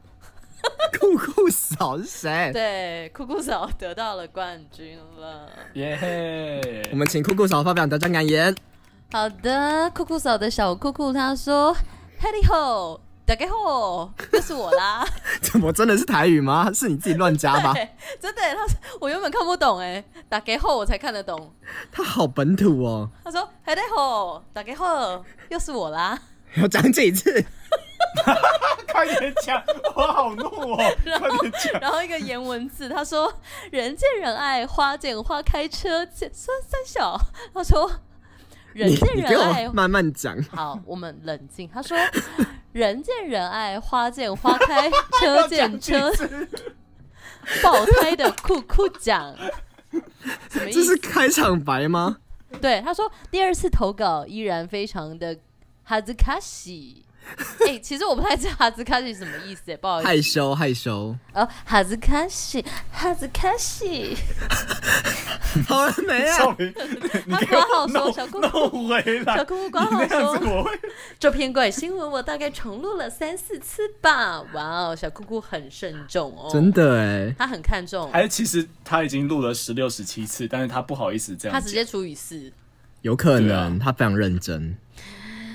S2: 酷酷嫂是谁？
S1: 对，酷酷嫂得到了冠军了。
S3: 耶、
S2: 我们请酷酷嫂发表得奖感言。
S1: 好的，酷酷嫂的小酷酷他说 h e l l o 大家好，又是我啦。
S2: 怎么真的是台语吗？是你自己乱加吧？
S1: 对， 真的耶，他我原本看不懂哎，打给后我才看得懂。
S2: 他好本土哦，
S1: 他说 h e l l o 大家好，又是我啦。
S2: 要讲几次？
S3: 快点讲，我好怒 哦！快点讲，
S1: 然后一个颜文字，他说“人见人爱，花见花开车”，三三小，他说“人
S2: 你
S1: 见
S2: 你给
S1: 人爱
S2: 我”，慢慢讲。
S1: 好，我们冷静。他说“人见人爱，花见花 开，车见车”，爆胎的酷酷 奖，什么意
S2: 这是
S1: 思？
S2: 开场白吗？
S1: 对，他说第二次投稿依然非常的哈兹卡 西。哎、其实我不太知道哈兹卡西什么意思，哎，不好意思。
S2: 害羞害 羞。
S1: 哦，哈兹卡西，哈兹卡西。
S2: 好了没
S3: 少
S2: 啊？
S3: 平，你
S1: 他
S3: 给
S1: 挂号
S3: 我
S1: 说
S3: 弄
S1: 小姑
S3: 弄回来
S1: 小。姑姑挂
S3: 你
S1: 号
S3: 那样子
S1: 说，
S3: 我会，
S1: 这篇怪新闻我大概重录了三四次吧。哇哦，小姑姑很慎重哦，
S2: 真的哎，
S1: 她很看重，
S3: 还是其实他已经录了十六、十七次，但是他不好意思这样
S1: 她
S3: 讲。
S1: 直接除以四。
S2: 有可
S3: 对
S2: 能
S3: 啊
S2: 他非常认真。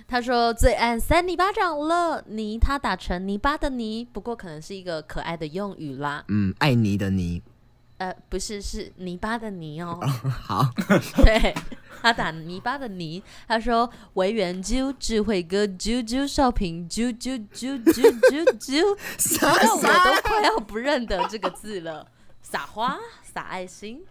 S1: 她说最爱三泥巴掌了，泥她打成泥巴的泥，不过可能是一个可爱的用语啦。
S2: 嗯，爱你的你。
S1: 呃，不是，是泥巴的泥 哦。
S2: 好，
S1: 对，他打泥巴的泥，他说维园啾智慧哥啾啾少平啾啾啾啾啾 啾，直
S2: 啥
S1: 到我
S2: 啥
S1: 都快要不认得这个字 了。撒花，撒爱心，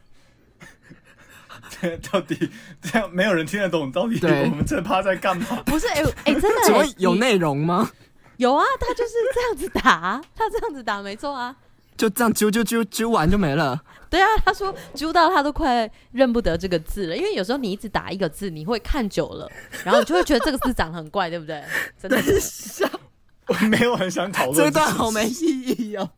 S3: 到底这样没有人听得懂，到底
S2: 对
S3: 我们这趴在干嘛？
S1: 不是哎哎、真 的、
S2: 请
S1: 哎
S2: 问有
S1: 你
S2: 内容吗？
S1: 有啊，他就是这样子打，他这样子打没错啊。
S2: 就这样啾啾啾啾完就没了。
S1: 对啊，他说揪到他都快认不得这个字了，因为有时候你一直打一个字，你会看久了，然后你就会觉得这个字长得很怪，对不对？真的
S2: 等一下，
S3: 我 没有很想讨论
S2: 这
S3: 这
S2: 段
S3: 件事
S2: 好没意义哦。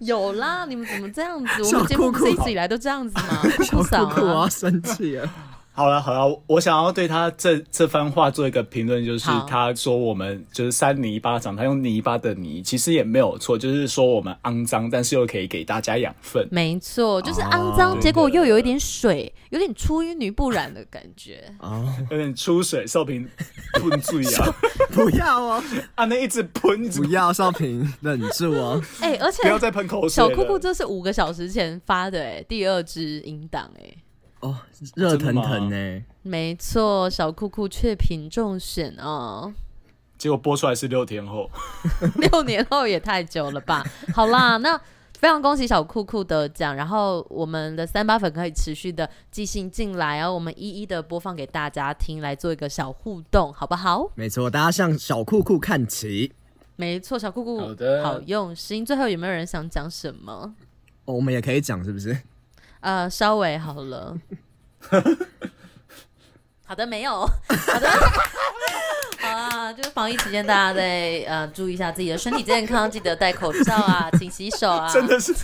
S1: 有啦，你们怎么这样子？我
S2: 小
S1: 们节目
S2: 酷
S1: 不
S2: 酷
S1: 是一直以来都这样子吗？
S2: 小
S1: 酷
S2: 酷
S1: 嫂
S2: 酷，我要
S1: 啊，
S2: 生气 了。
S3: 好了好了，我想要对他这这番话做一个评论，就是
S1: 好
S3: 他说我们就是扇泥巴掌，他用泥巴的泥，其实也没有错，就是说我们肮脏，但是又可以给大家养分。
S1: 没错，就是肮
S2: 哦
S1: 脏，结果又有一点水，有点出淤泥不染的感觉。
S2: 哦，
S3: 有点出水，少平喷醉啊，
S2: 不要哦，
S3: 啊那一直喷，一直
S2: 不要，少平，忍住哦。
S1: 哎、而
S3: 不要
S1: 且
S3: 再喷口水
S1: 小
S3: 了。
S1: 酷酷这是五个小时前发的、哎，第二支音档，哎，
S2: 哦，热腾腾欸
S3: 真的
S2: 呢。
S1: 没错，小酷酷雀屏中选哦，
S3: 结果播出来是六天后，
S1: 六年后也太久了吧？好啦，那。非常恭喜小酷酷得奖，然后我们的三八粉可以持续的寄信进来，然后我们一一的播放给大家听，来做一个小互动，好不好？
S2: 没错，大家向小酷酷看齐。
S1: 没错，小姑姑
S3: 好的
S1: 用心。最后有没有人想讲什么？
S2: 哦，我们也可以讲是不是？
S1: 呃，稍微好了。好的，没有。好的，好啊，就是防疫期间，大家在呃注意一下自己的身体健康，记得戴口罩啊，勤洗手啊。
S3: 真的是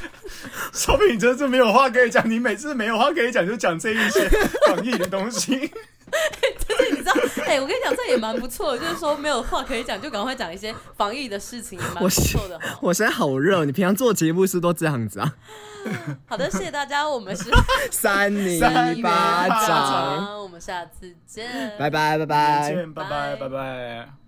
S3: 少平，你真的是没有话可以讲，你每次没有话可以讲就讲这一些 防疫的东西。
S1: 你知道？哎、我跟你讲，这也蛮不错的，就是说没有话可以讲，就赶快讲一些防疫的事情，也蛮不
S2: 我是
S1: 错的哈。
S2: 我现在好热，你平常做节目是不是都这样子啊？
S1: 好的，谢谢大家，我们是
S2: 扇你
S3: 扇
S2: 一
S3: 你
S2: 巴
S3: 巴
S2: 掌，
S1: 我们下次见，
S2: 拜拜拜拜。
S3: 见，拜拜，拜拜。